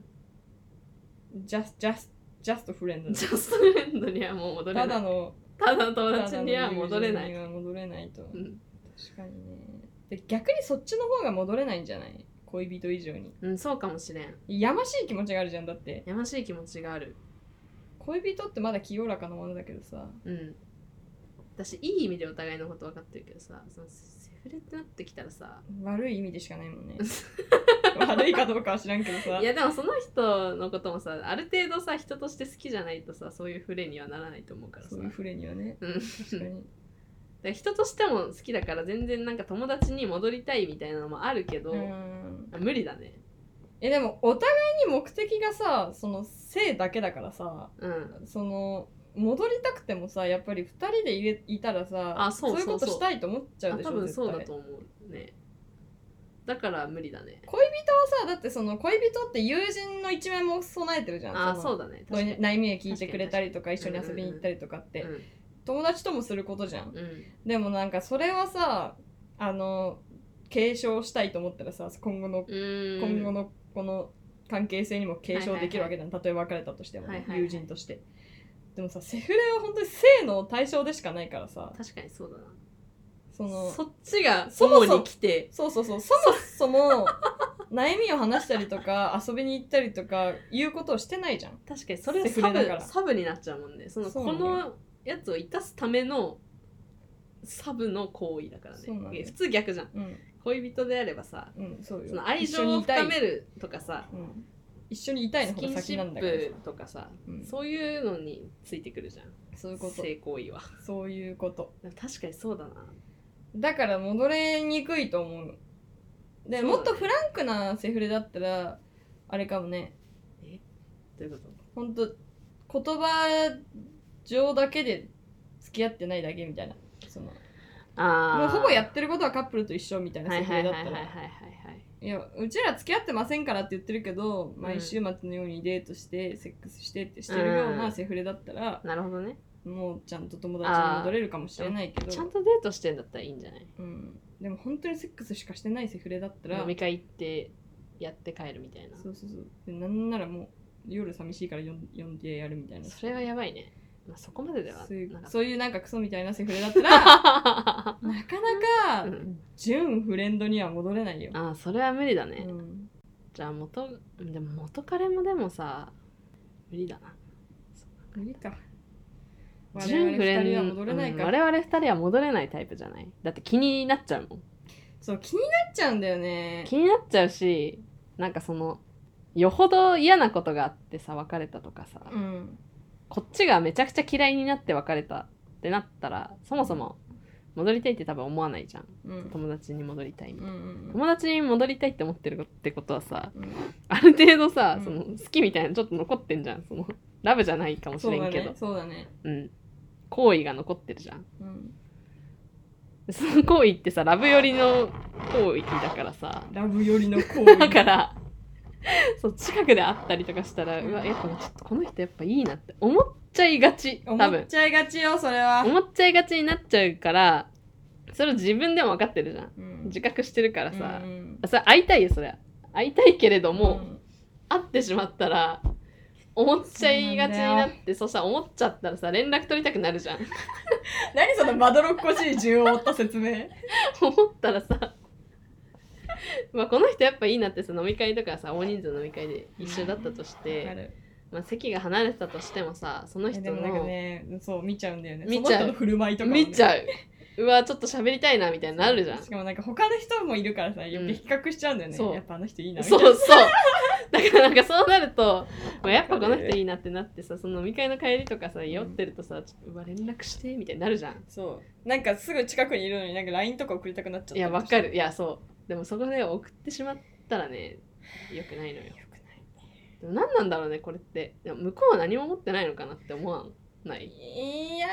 B: ジャスジャスジャストフレンド
A: ジャストフレンドにはもう 戻れ
B: た
A: な
B: だ
A: い
B: の
A: ただの友達には戻れな
B: ただの
A: い、
B: 友人には戻れないと
A: うん
B: 確かにねで逆にそっちの方が戻れないんじゃない恋人以上に
A: うん、そうかもしれん
B: やましい気持ちがあるじゃんだって
A: やましい気持ちがある
B: 恋人ってまだ清らかなものだけどさ
A: うん私いい意味でお互いのこと分かってるけどさそのセフレってなってきたらさ
B: 悪い意味でしかないもんね 悪いかどうかは知らんけどさ
A: いやでもその人のこともさある程度さ人として好きじゃないとさそういうフレにはならないと思うからさ
B: そういうフレにはね
A: うん
B: 確かに
A: で人としても好きだから全然なんか友達に戻りたいみたいなのもあるけど、
B: うん
A: 無理だね
B: えでもお互いに目的がさその性だけだからさ
A: うん
B: その戻りたくてもさやっぱり2人でいれいたらさ
A: あそうそうそう
B: いうことしたいと思っちゃ
A: あ
B: うでしょ
A: 多分そうだ
B: 絶
A: と
B: 対
A: 思うねだから無理だね
B: 恋人はさだってその恋人って友人の一面も備えてるじゃん
A: あ
B: の
A: そうだね確かに
B: 内内面聞いてくれたりとか一緒に遊びに行ったりとかって、友達ともすることじゃん
A: うん、うん
B: でもなんかそれはさあの継承したいと思ったらさ今後の、
A: うーん、
B: 今後のこの関係性にも継承できるわけじゃん、例えば別れたとしてもね、
A: はいはいはい
B: 友人としてでもさセフレは本当に性の対象でしかないからさ
A: 確かにそうだな
B: その
A: そっちが
B: そも
A: 主
B: そも
A: に来て
B: そうそうそうそもそも悩みを話したりとか遊びに行ったりとかいうことをしてないじゃん
A: 確かにそれは
B: セフ
A: サ
B: レだから
A: ブサブになっちゃうもんねその
B: そう
A: こ
B: なの
A: のやつを生かすためのサブの行為だからね
B: そうなのよ
A: 普通逆じゃん
B: うん
A: 恋人であればさ
B: うんそうよ
A: その愛
B: 一緒
A: 情
B: に
A: を
B: いたい
A: 深めるとかさ
B: うん一緒にいたいの
A: ス
B: 方
A: キ
B: が
A: ンシ
B: 先なん
A: ッ
B: だから
A: プとかさ、
B: うん
A: そういうのについてくるじゃん
B: そういうこと
A: 性行為は
B: そういうこと
A: 確かにそうだな
B: だから戻れにくいと思うので
A: そうだね
B: もっとフランクなセフレだったらあれかもね
A: どういうこと
B: ほんと言葉上だけで付き合ってないだけみたいなその
A: あ
B: もうほぼや
A: っ
B: ってることはカップルと一緒みたいな
A: はい
B: セフ
A: は
B: レ
A: い
B: だ
A: は
B: っ
A: いはい
B: た
A: はいはい
B: らいやうちら付き合ってませんからって言ってるけど、毎週末のようにデートしてセックスしてってしてるよう
A: う
B: なんセフレだったら、
A: なるほどね
B: もうちゃんと友達に戻れるかもしれないけ
A: ちゃん
B: ど、
A: とデートしてんだったらいいんじゃない
B: うん、でも本当にセックスしかしてないセフレだったら
A: 飲み会行ってやって帰るみたいな
B: そうそうそうでなんならもう夜寂しいから呼ん呼んでやるみたいな
A: それはやばいね、まあ、そこまででは
B: そういう
A: なかっ
B: そういうなんかクソみたいなセフレだっ たら
A: た
B: なかな
A: う
B: か
A: ん
B: 純フレンドには戻れないよ、
A: ああそれは無理だね、
B: うん、
A: じゃあ元でも元彼もでもさ無理だな
B: 無理か我々
A: 純フレ
B: 二
A: ン
B: 人は戻れない
A: うん
B: か、ら
A: 我々二人は戻れないタイプじゃないだって気になっちゃうもん
B: そう気になっちゃうんだよね
A: 気になっちゃうしなんかそのよほど嫌なことがあってさ別れたとかさ、
B: うん
A: こっちがめちゃくちゃ嫌いになって別れたってなったらそもそも戻りたいって多分思わないじゃん
B: うん
A: 友達に戻りたいみた
B: う
A: いな、
B: ん
A: 友達に戻りたいって思ってることってことはさ
B: うん
A: ある程度さ、
B: うん
A: その好きみたいなのちょっと残ってんじゃんそのラブじゃないかもし
B: そう
A: れ
B: だ
A: んけ
B: ね
A: ど
B: そうだね
A: うん行為が残ってるじゃん
B: うん
A: その行為ってさラブ寄りの行為だからさ
B: ラブよりの行
A: だ
B: 為
A: からそう近くで会ったりとかしたらうわやっぱちょっとこの人やっぱいいなって思っちゃいがち多
B: 思っ
A: 分
B: ちゃいがちよそれは、
A: 思っちゃいがちになっちゃうからそれを自分でも分かってるじゃん
B: うん
A: 自覚してるからさ
B: う、ん
A: それ会いたいよそりゃ会いたいけれども、
B: ん
A: 会ってしまったら思っちゃいがちになってそしたら思っちゃったらさ連絡取りたくなるじゃん
B: 何そのまどろっこしい順を追った説明
A: 思ったらさ まあこの人やっぱいいなってさ飲み会とかさ大人数の飲み会で一緒だったとし
B: わか
A: て、
B: る
A: まあ、席が離れてたとしてもさその
B: え
A: 人
B: で
A: の
B: もなんかねそう見ちゃうんだよね
A: 見ちゃう
B: その人の振る舞いとかもね、
A: 見ちゃううわちょっと喋りたいなみたいになるじゃん
B: しかもなんか他の人もいるからさ余計比較しちゃうんだよね、
A: そう
B: やっぱあの人いいなみた
A: そ
B: いうな
A: そう。だからなんかそうなると、まあ、やっぱこの人いいなってなってさ、その飲み会の帰りとかさ、酔ってるとさ、ちょっとうわ、連絡してみたいになるじゃん。
B: そうなんかすぐ近くにいるのになんか LINE とか送りたくなっちゃった
A: いや、わかる。いや、そう。でもそこで送ってしまったらね、よくないのよ。よくない。でも何なんだろうね、これって。でも向こうは何も持ってないのかなって思わんない。
B: いや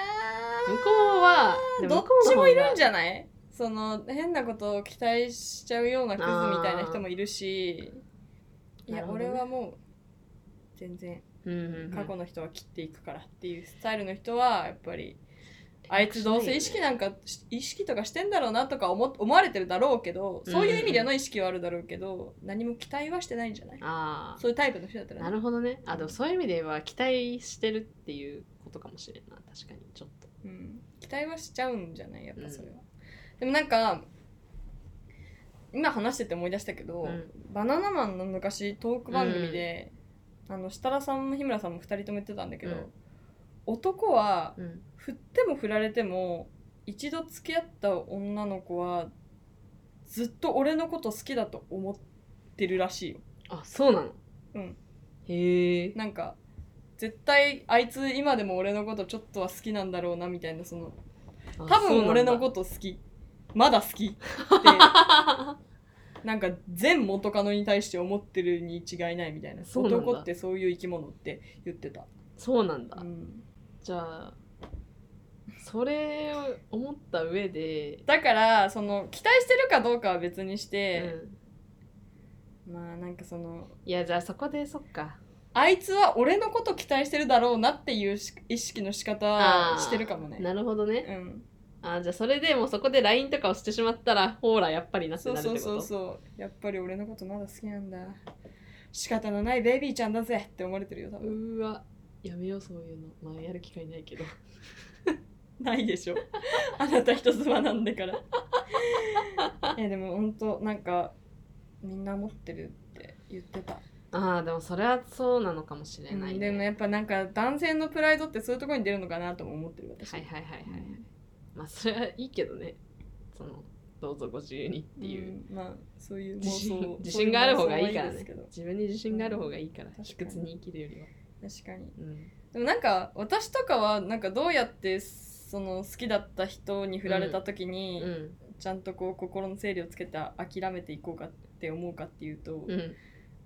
A: 向こうは、
B: ー
A: で
B: ど
A: も
B: っ
A: 向こうの
B: ち
A: 方
B: も
A: が
B: いるんじゃないその変なことを期待しちゃうようなクズみたいな人もいるしい
A: な
B: や
A: る、ほどね
B: 俺はもう全然
A: うんうんうん
B: 過去の人は切っていくからっていうスタイルの人はやっぱりあいつどうせ意識なんかし意識とかしてんだろうなとか思思われてるだろうけどそういう意味での意識はあるだろうけど何も期待はしてないんじゃない
A: あ
B: そういうタイプの人だった
A: あ、
B: らね、
A: なるほどね。あ、でもそういう意味では期待してるっていうことかもしれんな。確かに、ちょっと。
B: うん、期待はしちゃうんじゃないやっぱそれは、でもなんか今話してて思い出したけど、
A: うん
B: バナナマンの昔トーク番組で、あの設楽さんも日村さんも2人とも言ってたんだけど、
A: うん
B: 男は
A: うん。
B: 振っても振られても一度付き合った女の子はずっと俺のこと好きだと思ってるらしいよ
A: あ、そうなの
B: うん。
A: へえ。
B: なんか絶対あいつ今でも俺のことちょっとは好きなんだろうなみたいなその多分俺のことと好きまだ好きって なんか全元カノに対して思ってるに違いないみたいな
A: そうなんだ
B: 男ってそういう生き物って言ってた、
A: そうなんだ、
B: うん
A: じゃあそれを思った上で、
B: だからその期待してるかどうかは別にして、
A: うん
B: まあなんかその
A: いやじゃあそこでそっか
B: あいつは俺のこと期待してるだろうなっていうし意識の仕方
A: ー
B: してるかもね
A: なるほどね、
B: うん、
A: あーじゃあそれでもうそこで LINE とかをしてしまったらほーらやっぱりなって
B: そう
A: なるって
B: そ
A: こ
B: う
A: と
B: そうそうやっぱり俺のことまだ好きなんだ仕方のないベイビーちゃんだぜって思われてるよ多
A: うー
B: 分
A: わやめようそういうのまあやる機会ないけど
B: ないでしょあなた人妻なんだ からいやでもほんとなんかみんな持ってるって言ってた、
A: あーでもそれはそうなのかもしれない、ね
B: でもやっぱなんか男性のプライドってそういうところに出るのかなとも思ってる私
A: はいはいはいはい、
B: うん
A: まあそれはいいけどねそのどうぞご自由にっていう、
B: うんまあそういう妄
A: 自信
B: 想
A: 自信がある方がいいからね
B: そうう妄想はいいですけど
A: 自分に自信がある方がいいから、
B: うん
A: 卑屈に生きるよりは、
B: 確かに
A: うん
B: でもなんか私とかはなんかどうやってその好きだった人に振られた時に、
A: うん
B: ちゃんとこう心の整理をつけて諦めていこうかって思うかっていうと、
A: うん、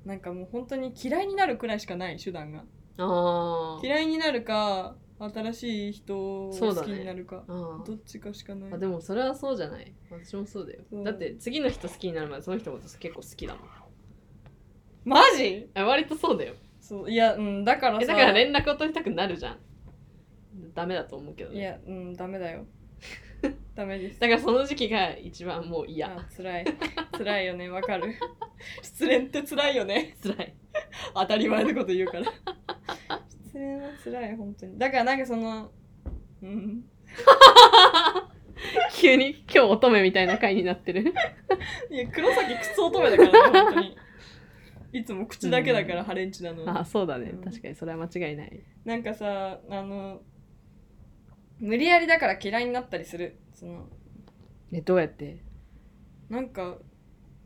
B: なんかもう本当に嫌いになるくらいしかない手段が
A: あー
B: 嫌いになるか新しい人を
A: そう
B: 好
A: だ
B: き
A: ね
B: になるか、
A: あー
B: どっちかしかない
A: あでもそれはそうじゃない私もそうだよ、
B: うん
A: だって次の人好きになるまでその人のこと結構好きだもん
B: マジ
A: あ割とそうだよ
B: そういやうんだから
A: え
B: さ
A: だから連絡を取りたくなるじゃんダメだと思うけど
B: い
A: ね
B: やうんダメだ よダメです
A: だからその時期が一番もう嫌
B: あ辛い辛いよねわかる失恋って辛いよね
A: 辛い
B: 当たり前のこと言うから失恋は辛い本当にだからなんかそのうん
A: 急に今日乙女みたいな回になってる
B: いや黒崎クソ乙女だからね本当にいつも口だけだからハレンチなの、
A: あそうだね
B: うん
A: 確かにそれは間違いない
B: なんかさあの無理やりだから嫌いになったりするその
A: えどうやって
B: なんか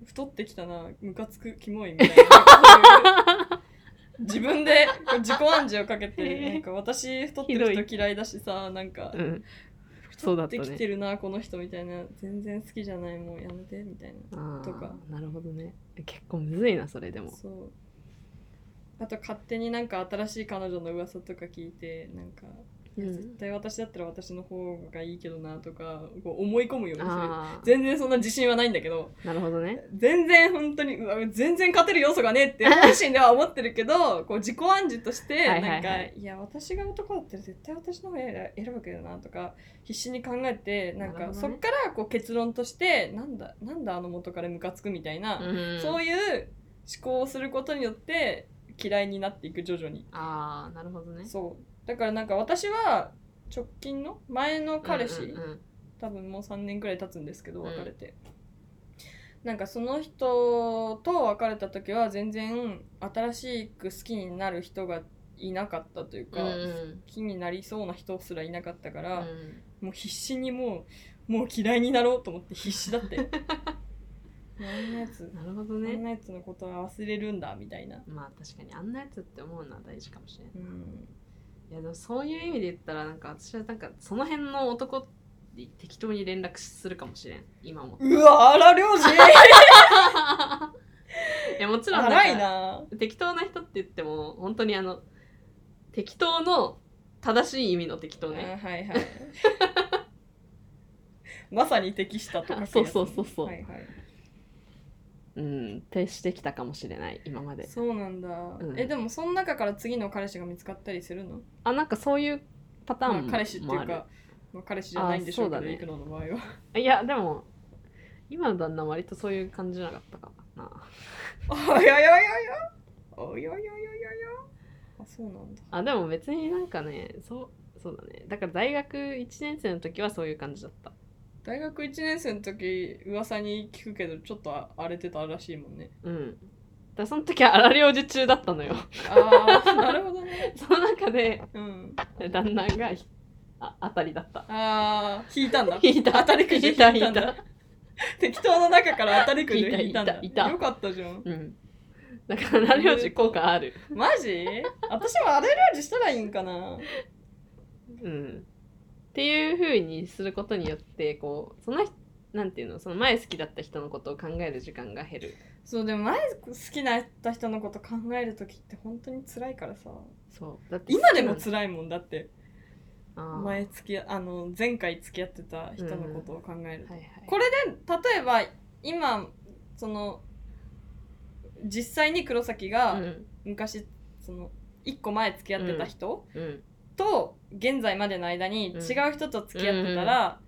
B: 太ってきたなムカつくキモいみたいな自分でこう自己暗示をかけ てなんか私太ってる人嫌いだしさなんか
A: うんそうだ
B: 太
A: っ
B: ったて
A: ね
B: きてるな、この人みたいな全然好きじゃないもうやめてみたいな
A: あ
B: とか
A: ーなるほどね結構むずいなそれでも
B: そうあと勝手になんか新しい彼女の噂とか聞いてなんか、いや
A: うん
B: 絶対私だったら私の方がいいけどなとかこう思い込むようにする
A: あ
B: 全然そんな自信はないんだけど
A: あなるほどね
B: 全然本当にうわ全然勝てる要素がねえ って本心では思ってるけどこう自己暗示として
A: は
B: ないんか、
A: はいはい
B: いや私が男だったら絶対私の方が選選ぶけどなとか必死に考えてなんか
A: なるほど
B: そ
A: ね
B: っからこう結論としてなんだなんだあの元からムカつくみたいな、
A: うん
B: そういう思考をすることによって嫌いになっていく徐々に。
A: ああなるほどね
B: そうだからなんか私は直近の前の彼氏、
A: うんうん
B: 多分もう3年くらい経つんですけど
A: うん
B: 別れて、なんかその人と別れた時は全然新しく好きになる人がいなかったという
A: う
B: か、
A: んうん
B: 好きになりそうな人すらいなかったか
A: う
B: ら、
A: ん
B: もう必死にもうもう嫌いになろうと思って必死だ ってあんなやつ、
A: なるほど
B: あん
A: ね
B: なやつのことは忘れるんだみたいな、
A: まあ確かにあんなやつって思うのは大事かもしれない
B: うん、
A: いやでもそういう意味で言ったらなんか私はなんかその辺の男に適当に連絡するかもしれん今 も
B: うわ荒漁師
A: いやもちろんなんか
B: 荒い な
A: 適当な人って言っても本当にあの適当の正しい意味の適当
B: あ
A: ね
B: はい はいまさに適したとか ってやつ
A: そうそうそうそう
B: はいはい
A: うん徹してきたかもしれない今まで
B: そうなんだ、
A: ん
B: えでもその中から次の彼氏が見つかったりするの、
A: あなんかそういうパターンもあ
B: ま
A: る
B: あ、彼氏っていうか、まあ、彼氏じゃないんでしょうけ
A: あそ
B: ど
A: うだね
B: いくらの場合はい
A: やでも今の旦那は割とそういう感じじゃなかったかな
B: おいおいおいおいおいおいおいおいおいおいあそうなんだ
A: あでも別になんかねそうそうだねだから大学1年生の時はそういう感じだった
B: 大学1年生の時噂に聞くけどちょっとあ荒れてたらしいもんね
A: うんだからその時は荒療治中だったのよ
B: ああなるほどね
A: その中で
B: うん
A: 旦那があ当たりだった
B: ああ引いたんだ
A: 引いた
B: 当たりくじ
A: 引いた
B: 引いた
A: 引
B: ん
A: い
B: だ適当の中から当たりくじを引いたんだ
A: 引いた引いた
B: よかったじゃん
A: うんだから荒療治効果ある
B: マジ私もあれ料理したらいいんかな
A: うんっていう風にすることによってこうその人なんていうのその前好きだった人のことを考える時間が減る
B: そうでも前好きなった人のこと考える時って本当に辛いからさ
A: そうだって
B: 今でも辛いもんだって
A: あーはい
B: 前付きあの前回付き合ってた人のことを考えると、
A: はい
B: こ例えば今その実際に黒崎
A: う
B: が
A: ん
B: 昔、その1個前付き合ってた人
A: うん
B: と現在までの間に
A: うん
B: 違う人と付き合ってたら、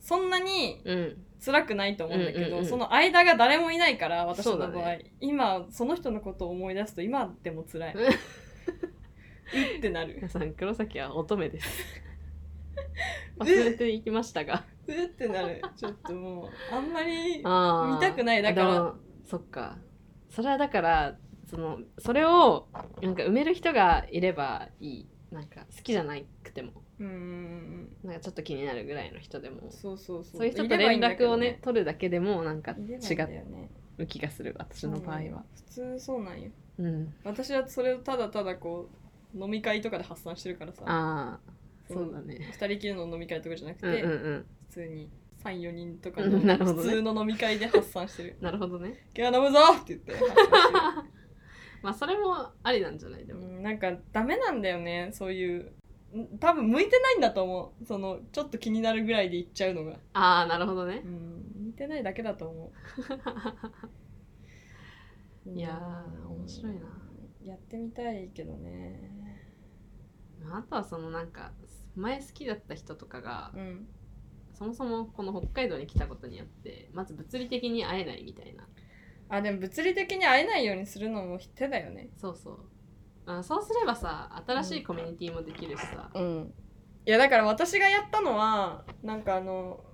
B: そんなに
A: うん
B: 辛くないと思うんだけど、
A: うんうんうん
B: その間が誰もいないから私の場
A: そ
B: 合、
A: うだね
B: 今その人のことを思い出すと今でも辛 い
A: うん
B: うってなる
A: 皆さん黒崎は乙女です 忘れていきましたが
B: うってなるちょっともうあんまり
A: あー
B: 見たくないだから
A: でもそっかそれはだからそのそれをなんか埋める人がいればいいなんか好きじゃなくても
B: うんうんうん
A: なんかちょっと気になるぐらいの人でも
B: そうそうそう
A: そういう人と連絡をね
B: い
A: 取るだけでもなんか
B: れ
A: 違
B: ばいいんだけどね
A: う気がする私の場合は、
B: 普通そうなんよ
A: うん、
B: 私はそれをただただこう飲み会とかで発散してるからさ
A: ああそうだね
B: 2人きりの飲み会とかじゃなくて、
A: うんうんうん
B: 普通に34人とか
A: う
B: の
A: んなるほどね
B: 普通の飲み会で発散し てる
A: なるほどね
B: 「今日は飲むぞ!」って言 って発散してる
A: まあそれもありなんじゃないで
B: う
A: も、
B: んなんかダメなんだよねそういうん多分向いてないんだと思うそのちょっと気になるぐらいで行っちゃうのが、
A: ああなるほどね
B: うん、向いてないだけだと思 う
A: いやー面白いな
B: やってみたいけどね
A: あとはそのなんか前好きだった人とかが
B: うん
A: そもそもこの北海道に来たことによってまず物理的に会えないみたいな
B: あでも物理的に会えないようにするのも手だよね
A: そうそうあそうすればさ新しいコミュニティもできるしさ、
B: うんいやだから私がやったのはなんかあの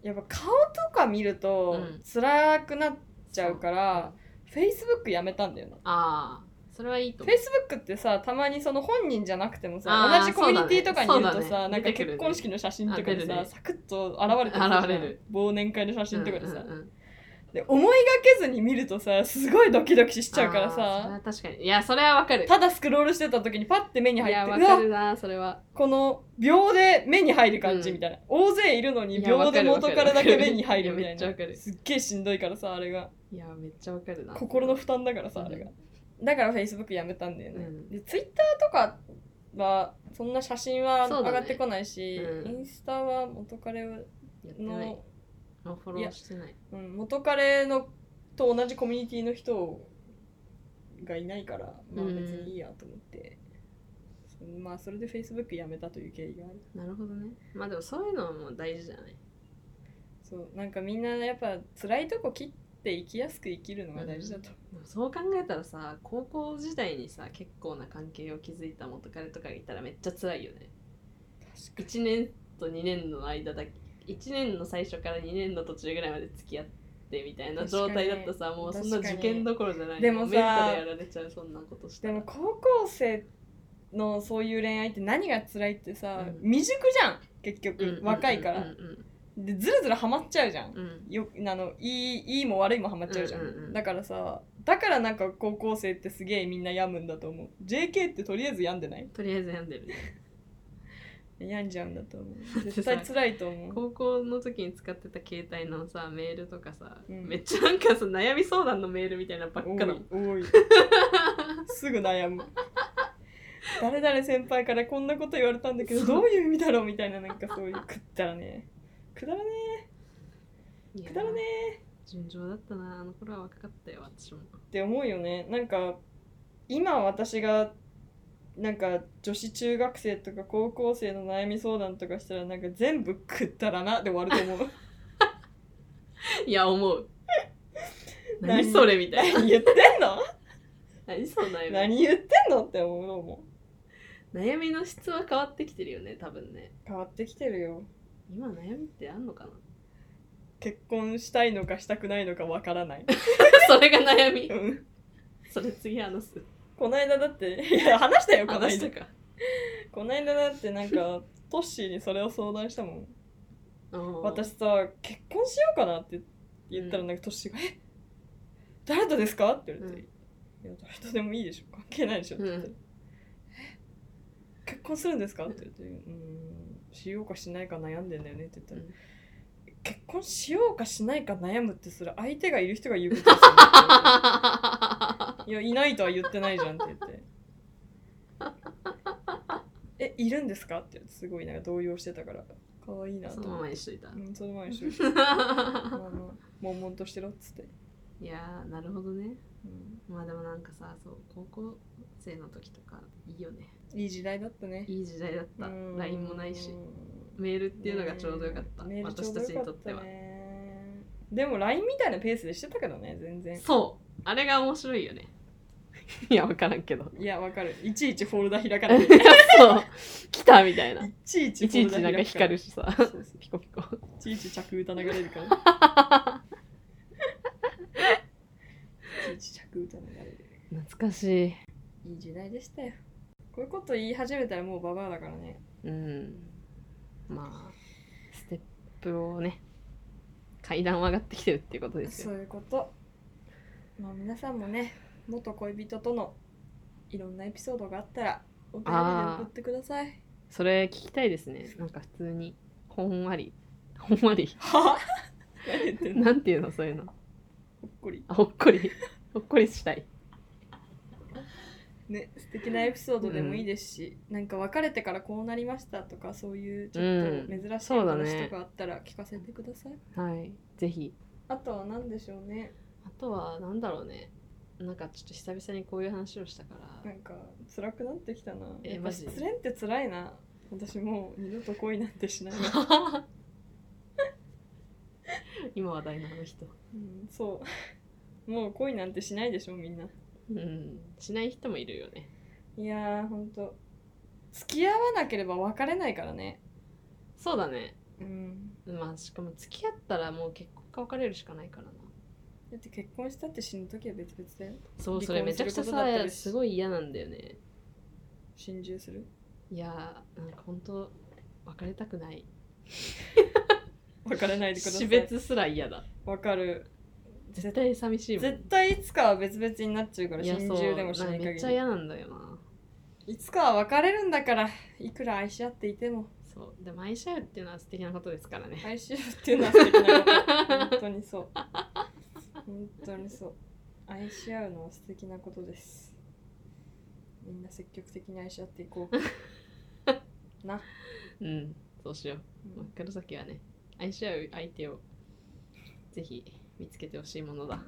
B: やっぱ顔とか見ると
A: うん
B: 辛くなっちゃうから、Facebook やめたんだよな
A: ああそれはいいと
B: フ
A: 思
B: ェ
A: う
B: イスブックってさたまにその本人じゃなくても
A: あ
B: さ
A: ー
B: 同じコミュニティとかにい
A: そ
B: ると
A: うだねそう
B: さ、
A: だね
B: なんか
A: 出てくるね
B: 結婚式の写真とかで
A: あ出
B: さ、
A: るね
B: サクッと現れてくるじゃん
A: 現れる
B: 忘年会の写真とかでさ、
A: うんうんうん
B: で思いがけずに見るとさすごいドキドキしちゃうから
A: あーそれ
B: さ
A: は確かにいやそれはわかる
B: ただスクロールしてた時にパッて目に
A: い
B: 入っ
A: や
B: て
A: わ
B: う
A: か
B: わ
A: るなそれは
B: この秒で目に入る感じみたいな、大勢いるのに秒で元からだけ目に入るみた
A: いやめ
B: いな
A: っちゃわかる
B: すっげえしんどいからさあれが
A: いやめっちゃわかるな
B: 心の負担だからさ
A: うん
B: あれがだからフェイスブックやめたんだよね、
A: うん
B: でツイッターとかはそんな写真は
A: そう
B: 上
A: だね
B: がってこないし、
A: うん
B: インスタは元彼
A: やってない
B: の、
A: もうフォローしてない
B: うん、元彼のと同じコミュニティの人がいないからまあ
A: うん
B: 別にいいやと思って、そまあそれでフェイスブックやめたという経緯がある
A: なるほどねまあでもそういうのも大事じゃない
B: そうなんかみんなやっぱ辛いとこ切って生きやすく生きるのが大事だと、
A: でもそう考えたらさ高校時代にさ結構な関係を築いた元彼とかがいたらめっちゃ辛いよね
B: 確
A: 1年と2年の間だけ1年の最初から2年の途中ぐらいまで付き合ってみたいな状態だったさもうそんな
B: 確か
A: 受
B: に
A: 験どころじゃない
B: でもさ
A: メンタルやられちゃうそんなことした
B: で
A: ら
B: も高校生のそういう恋愛って何が辛いってさ、
A: うん
B: 未熟じゃん結局、
A: うんうんうん
B: 若いから、
A: うんうん
B: でずるずるハマっちゃうじゃん
A: う、ん
B: よあのいいいいも悪いもハマっちゃうじゃん,、
A: うんうんうん
B: だからさだからなんか高校生ってすげえみんな病むんだと思う JK ってとりあえず病んでない
A: とりあえず病んでるね
B: 病んじゃうんだと思
A: だっ
B: う
A: てさ
B: 絶対辛いと思う
A: 高校の時に使ってた携帯のさメールとかさ、
B: うん
A: めっちゃなんかさ悩み相談のメールみたいなのばっ
B: 多
A: かだも
B: い
A: ん
B: 多いすぐ悩む誰々先輩からこんなこと言われたんだけどどういう意味だろうみたいななんかそういうくったらねくだらね
A: いやー
B: えくだらねえ
A: 順調だったなあの頃は若かったよ私も
B: って思うよねなんか今私がなんか女子中学生とか高校生の悩み相談とかしたらなんか全部食ったらなで終わると思う
A: いや思う
B: 何
A: 何それみた いな
B: 何言ってんの
A: 何その悩み
B: 何言ってんのって思うのも
A: 悩みの質は変わってきてるよね多分ね
B: 変わってきてるよ
A: 今悩みってあんの かな
B: 結婚したいのかしたくないのかわからない、
A: それが悩み
B: うん、
A: それ次話す
B: こないだだっていや話したよこな
A: 話
B: い
A: し
B: だ
A: たか
B: こないだだってなんかトッシーにそれを相談したもん
A: うん
B: 私さ結婚しようかなって言ったらなんかトッシーが「え誰とですか?」って言われて「いや誰とでもいいでしょ関係ないでしょ」って言ったら
A: う
B: え結婚するんですか?」って言って「うーんしようかしないか悩んでんだよね」って言った ら、
A: うん
B: 結婚しようかしないか悩むってそれ相手がいる人が言うことですよねって言われていやいないとは言ってないじゃん」って言って「 えいるんですか?」って言ってすごいなんか動揺してたから可愛いなと
A: そのまま
B: 思って。
A: にしといた
B: うん、その前にしようまあまあ、悶々としてろっつって。
A: いやーなるほどね
B: うん
A: まあでもなんかさそう高校生の時とかいいよね
B: いい時代だったね。
A: いい時代だった LINE もないし
B: っ
A: メールっていうのがちょうどよかった私たちにとっては
B: でも LINE みたいなペースでしてたけどね、全然。
A: そうあれが面白いよね いや分からん けど
B: いや、わかる。いちいちフォルダ開か
A: そ
B: ない。 いう
A: 来たみたいない
B: ちいち
A: い
B: フォ
A: ちい
B: ルダ
A: ちなんか
B: 開
A: 光る
B: し。
A: しさ
B: そうそう
A: ピコピコ
B: いちいち着歌流れるから。いちいち着歌流れる。
A: 懐かしい
B: いい時代でしたよ。こういうこと言い始めたらもうババアだからね
A: うんまあステップをね階段を上がってきてるっていうことです
B: そう
A: よ
B: いうことまあ皆さんもね元恋人とのいろんなエピソードがあったらお便りで送ってください
A: それ聞きたいですねなんか普通にほんわりほんわり
B: は何言ってん の
A: なんていうのそういうの
B: ほっこり
A: あほっこ りほっこりしたい
B: ね素敵なエピソードでもいいですし、なんか別れてからこうなりましたとかそういうちょっと珍しい
A: そうだね
B: 話とかあったら聞かせてください、
A: はいぜひ
B: あとは何でしょうね
A: あとはなんだろうねなんかちょっと久々にこういう話をしたか
B: な
A: ら
B: んか辛くなってきたな
A: え
B: やっぱ
A: マジ
B: 失恋って辛いな私もう二度と恋なんてしないわ、
A: 今話題のあの人
B: うん、そうもう恋なんてしないでしょみんな
A: うんしない人もいるよね
B: いやーほんと付き合わなければ別れないからね
A: そうだね
B: うん
A: まあしかも付き合ったらもう結婚か別れるしかないからな
B: だって結婚したって死ぬ時は別々だよ
A: そう
B: 離婚
A: それめちゃくちゃ
B: することだった
A: さ
B: りし
A: すごい嫌なんだよね
B: 心中する
A: いやーなんか本当別れたくない
B: 別れないでくださ
A: 死
B: い
A: 別すら嫌だ
B: わかる
A: 絶対寂しいもん
B: 絶対いつかは別々になっちゃうから
A: いや
B: 心
A: そう
B: 中でもしな
A: んか
B: い
A: めっ
B: 限
A: ちゃ
B: り
A: 嫌なんだよない
B: つかは別れるんだからいくら愛し合っていても
A: そうでも愛し合うっていうのは素敵なことですからね
B: 愛し合うっていうのは素敵なこと本当にそう本当にそう愛し合うのは素敵なことですみんな積極的に愛し合っていこうな、
A: うんそうしよう
B: うん
A: 真っ黒崎はね愛し合う相手をぜひ見つけてほしいものだ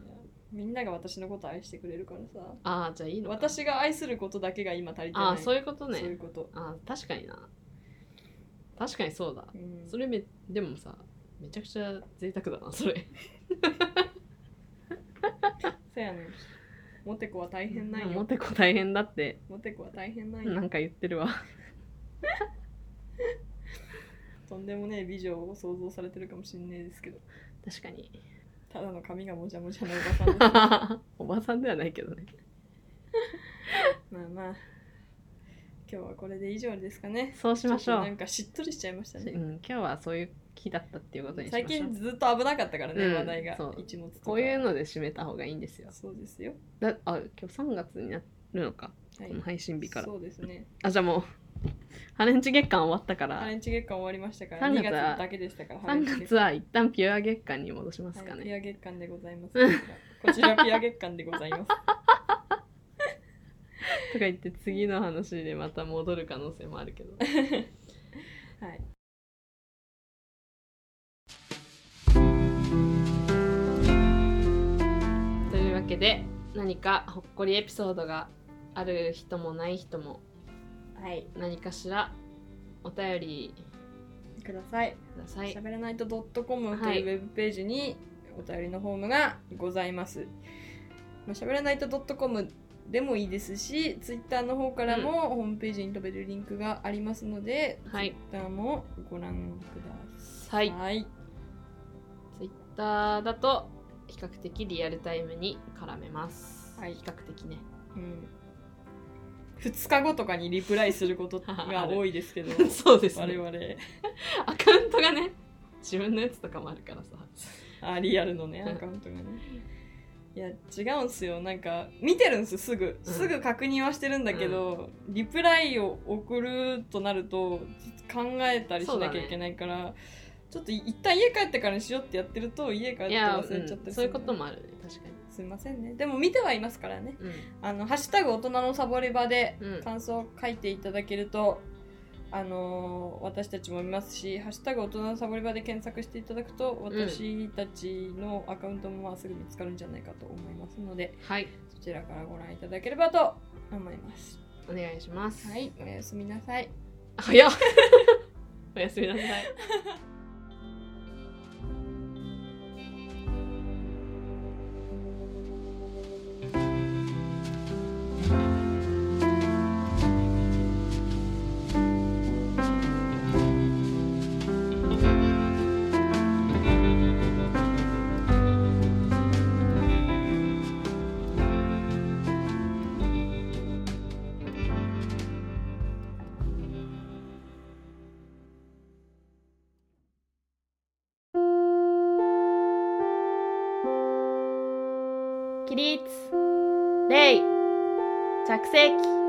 B: みんなが私のこと愛してくれるからさ
A: ああじゃあいいのか
B: 私が愛することだけが今足りてない
A: ああそういうこと
B: そうい
A: ね
B: うこと、
A: ああ確かにな確かにそうだ
B: うん
A: それめでもさめちゃくちゃ贅沢だなそれ
B: そやねんモテ子は大変なん
A: モ
B: よ
A: テ子大変だって
B: モテ子は大変なんよ
A: なんか言ってるわ
B: とんでもねえ美女を想像されてるかもしれないですけど
A: 確 かに
B: ただの髪がもじゃもじゃのおばさんです
A: おばさんではないけどね
B: まあまあ今日はこれで以上ですかね
A: そうしましょ
B: ちっとな
A: うん
B: かしっとりしちゃいました
A: うん
B: ね
A: 今日はそういう日だったっていうことにしましょ
B: 最
A: う
B: 近ずっと危なかったからね、
A: うん
B: 話題が
A: そう
B: 一物とか
A: こういうので締めた方がいいんですよ
B: そうですよ
A: だあ今日3月になるのか
B: は
A: この配信日から
B: そうですね
A: あじゃあもうハレンチ月間終わったか
B: ハ
A: ら
B: レンチ月間終わりましたから
A: 3
B: 2
A: 月
B: 月
A: は
B: だけでしたからハレンチ
A: 3
B: 月
A: 月は一旦ピュア月間に戻しますか
B: はいピ
A: ね、
B: ュア月間でございますこちらピュア月間でございます
A: とか言って次の話でまた戻る可能性もある けど
B: はい
A: というわけで何かほっこりエピソードがある人もない人も
B: はい
A: 何かしらお便り
B: ください
A: ください
B: しゃべらないと .com と
A: はいいう
B: ウェブページにお便りのフォームがございます。まあ、しゃべらないと .com でもいいですし、Twitter の方からもホームページに飛べるリンクがありますので、
A: はい、
B: Twitter もご覧くだ
A: は
B: さい。
A: い、ツイッターだと比較的リアルタイムに絡めます、
B: はい
A: 比較的 ね
B: うん、2日後とかにリプライすることが多いですけど、
A: そうです
B: 我
A: ね
B: 々、
A: アカウントがね自分のやつとかもあるからさ
B: あリアルのね、アカウントがね。いや、違うんすよ。なんか、見てるんす、すぐ。
A: うん
B: すぐ確認はしてるんだけど、リプライを送るとなると、考えたりしなきゃいけないから、ちょっと一旦家帰ってからにしようってやってると、家帰っ
A: い
B: て
A: や、
B: 忘れちゃったりするんだよね、
A: うんそういうこともあるね確か
B: すいませんね。でも見てはいますからね。
A: に、
B: あの、ハッシュタグ大人のサボり場で
A: うんうん、
B: 感想を書いていただけると、あのー私たちも見ますし「ハッシュタグ大人のサボり場」で検索していただくと私たちのアカウントもまあすぐ見つかるんじゃないかと思いますので
A: はい
B: そちらからご覧いただければと思います
A: お願いします、
B: はいおやすみなさい
A: 早っ おやすみなさい起立礼着席